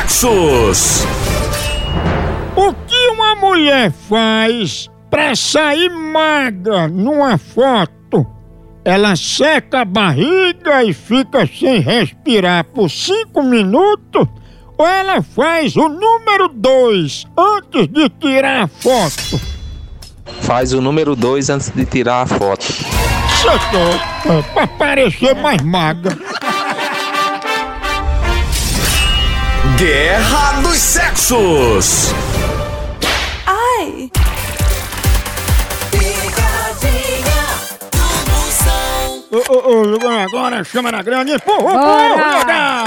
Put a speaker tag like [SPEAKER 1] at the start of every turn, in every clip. [SPEAKER 1] concursos.
[SPEAKER 2] O que uma mulher faz pra sair magra numa foto? Ela seca a barriga e fica sem respirar por cinco minutos? Ou ela faz o número dois antes de tirar a foto?
[SPEAKER 3] Faz o número 2 antes de tirar a foto.
[SPEAKER 2] Isso é doido, é pra parecer mais magra.
[SPEAKER 1] Guerra dos Sexos.
[SPEAKER 4] Ai!
[SPEAKER 5] Picadinha do Moção.
[SPEAKER 2] Ô, ô, ô, Lugano, agora chama na grande. Empurrou,
[SPEAKER 6] Bora!
[SPEAKER 2] empurrou, legal!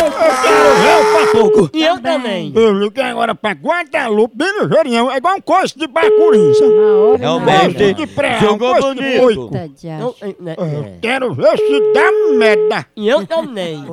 [SPEAKER 2] Eu quero ver o papuco.
[SPEAKER 6] E eu também.
[SPEAKER 2] Eu liguei agora pra Guadalupe, bem ligeirinho. É igual um coice de bacuri, sabe? um Coice de pré, um
[SPEAKER 7] Jogou
[SPEAKER 2] coice de
[SPEAKER 7] bonito.
[SPEAKER 2] oito.
[SPEAKER 6] Eu- né,
[SPEAKER 2] Eu
[SPEAKER 6] né.
[SPEAKER 2] quero ver se dá merda.
[SPEAKER 6] E eu também.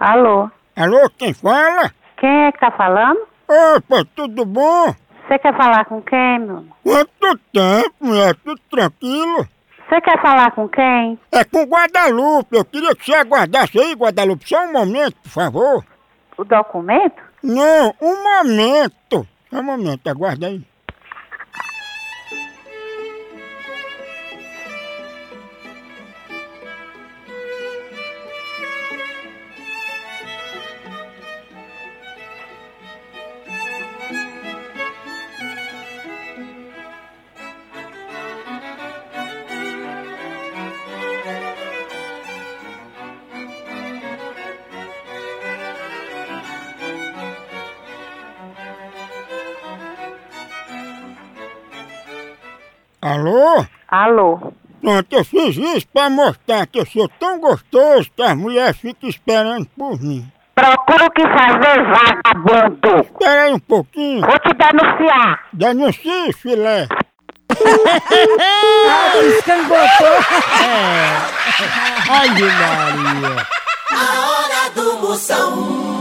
[SPEAKER 8] Alô,
[SPEAKER 2] Alô, quem fala?
[SPEAKER 8] quem é que tá falando?
[SPEAKER 2] Opa, tudo bom?
[SPEAKER 8] Você quer falar com quem, meu? amor?
[SPEAKER 2] Quanto tempo, mulher? Tudo tranquilo?
[SPEAKER 8] Você quer falar com quem?
[SPEAKER 2] É com Guadalupe. Eu queria que você aguardasse aí, Guadalupe, só um momento, por favor.
[SPEAKER 8] O documento?
[SPEAKER 2] Não, um momento. Só um momento, aguarda aí. Alô?
[SPEAKER 8] Alô,
[SPEAKER 2] Pronto, eu fiz isso pra mostrar que eu sou tão gostoso que as mulheres ficam esperando por mim.
[SPEAKER 8] procura o que fazer, vagabundo.
[SPEAKER 2] Espera aí um pouquinho,
[SPEAKER 8] Vou te denunciar.
[SPEAKER 2] denuncie, filé.
[SPEAKER 6] Ai, Maria.
[SPEAKER 5] A hora do Moção.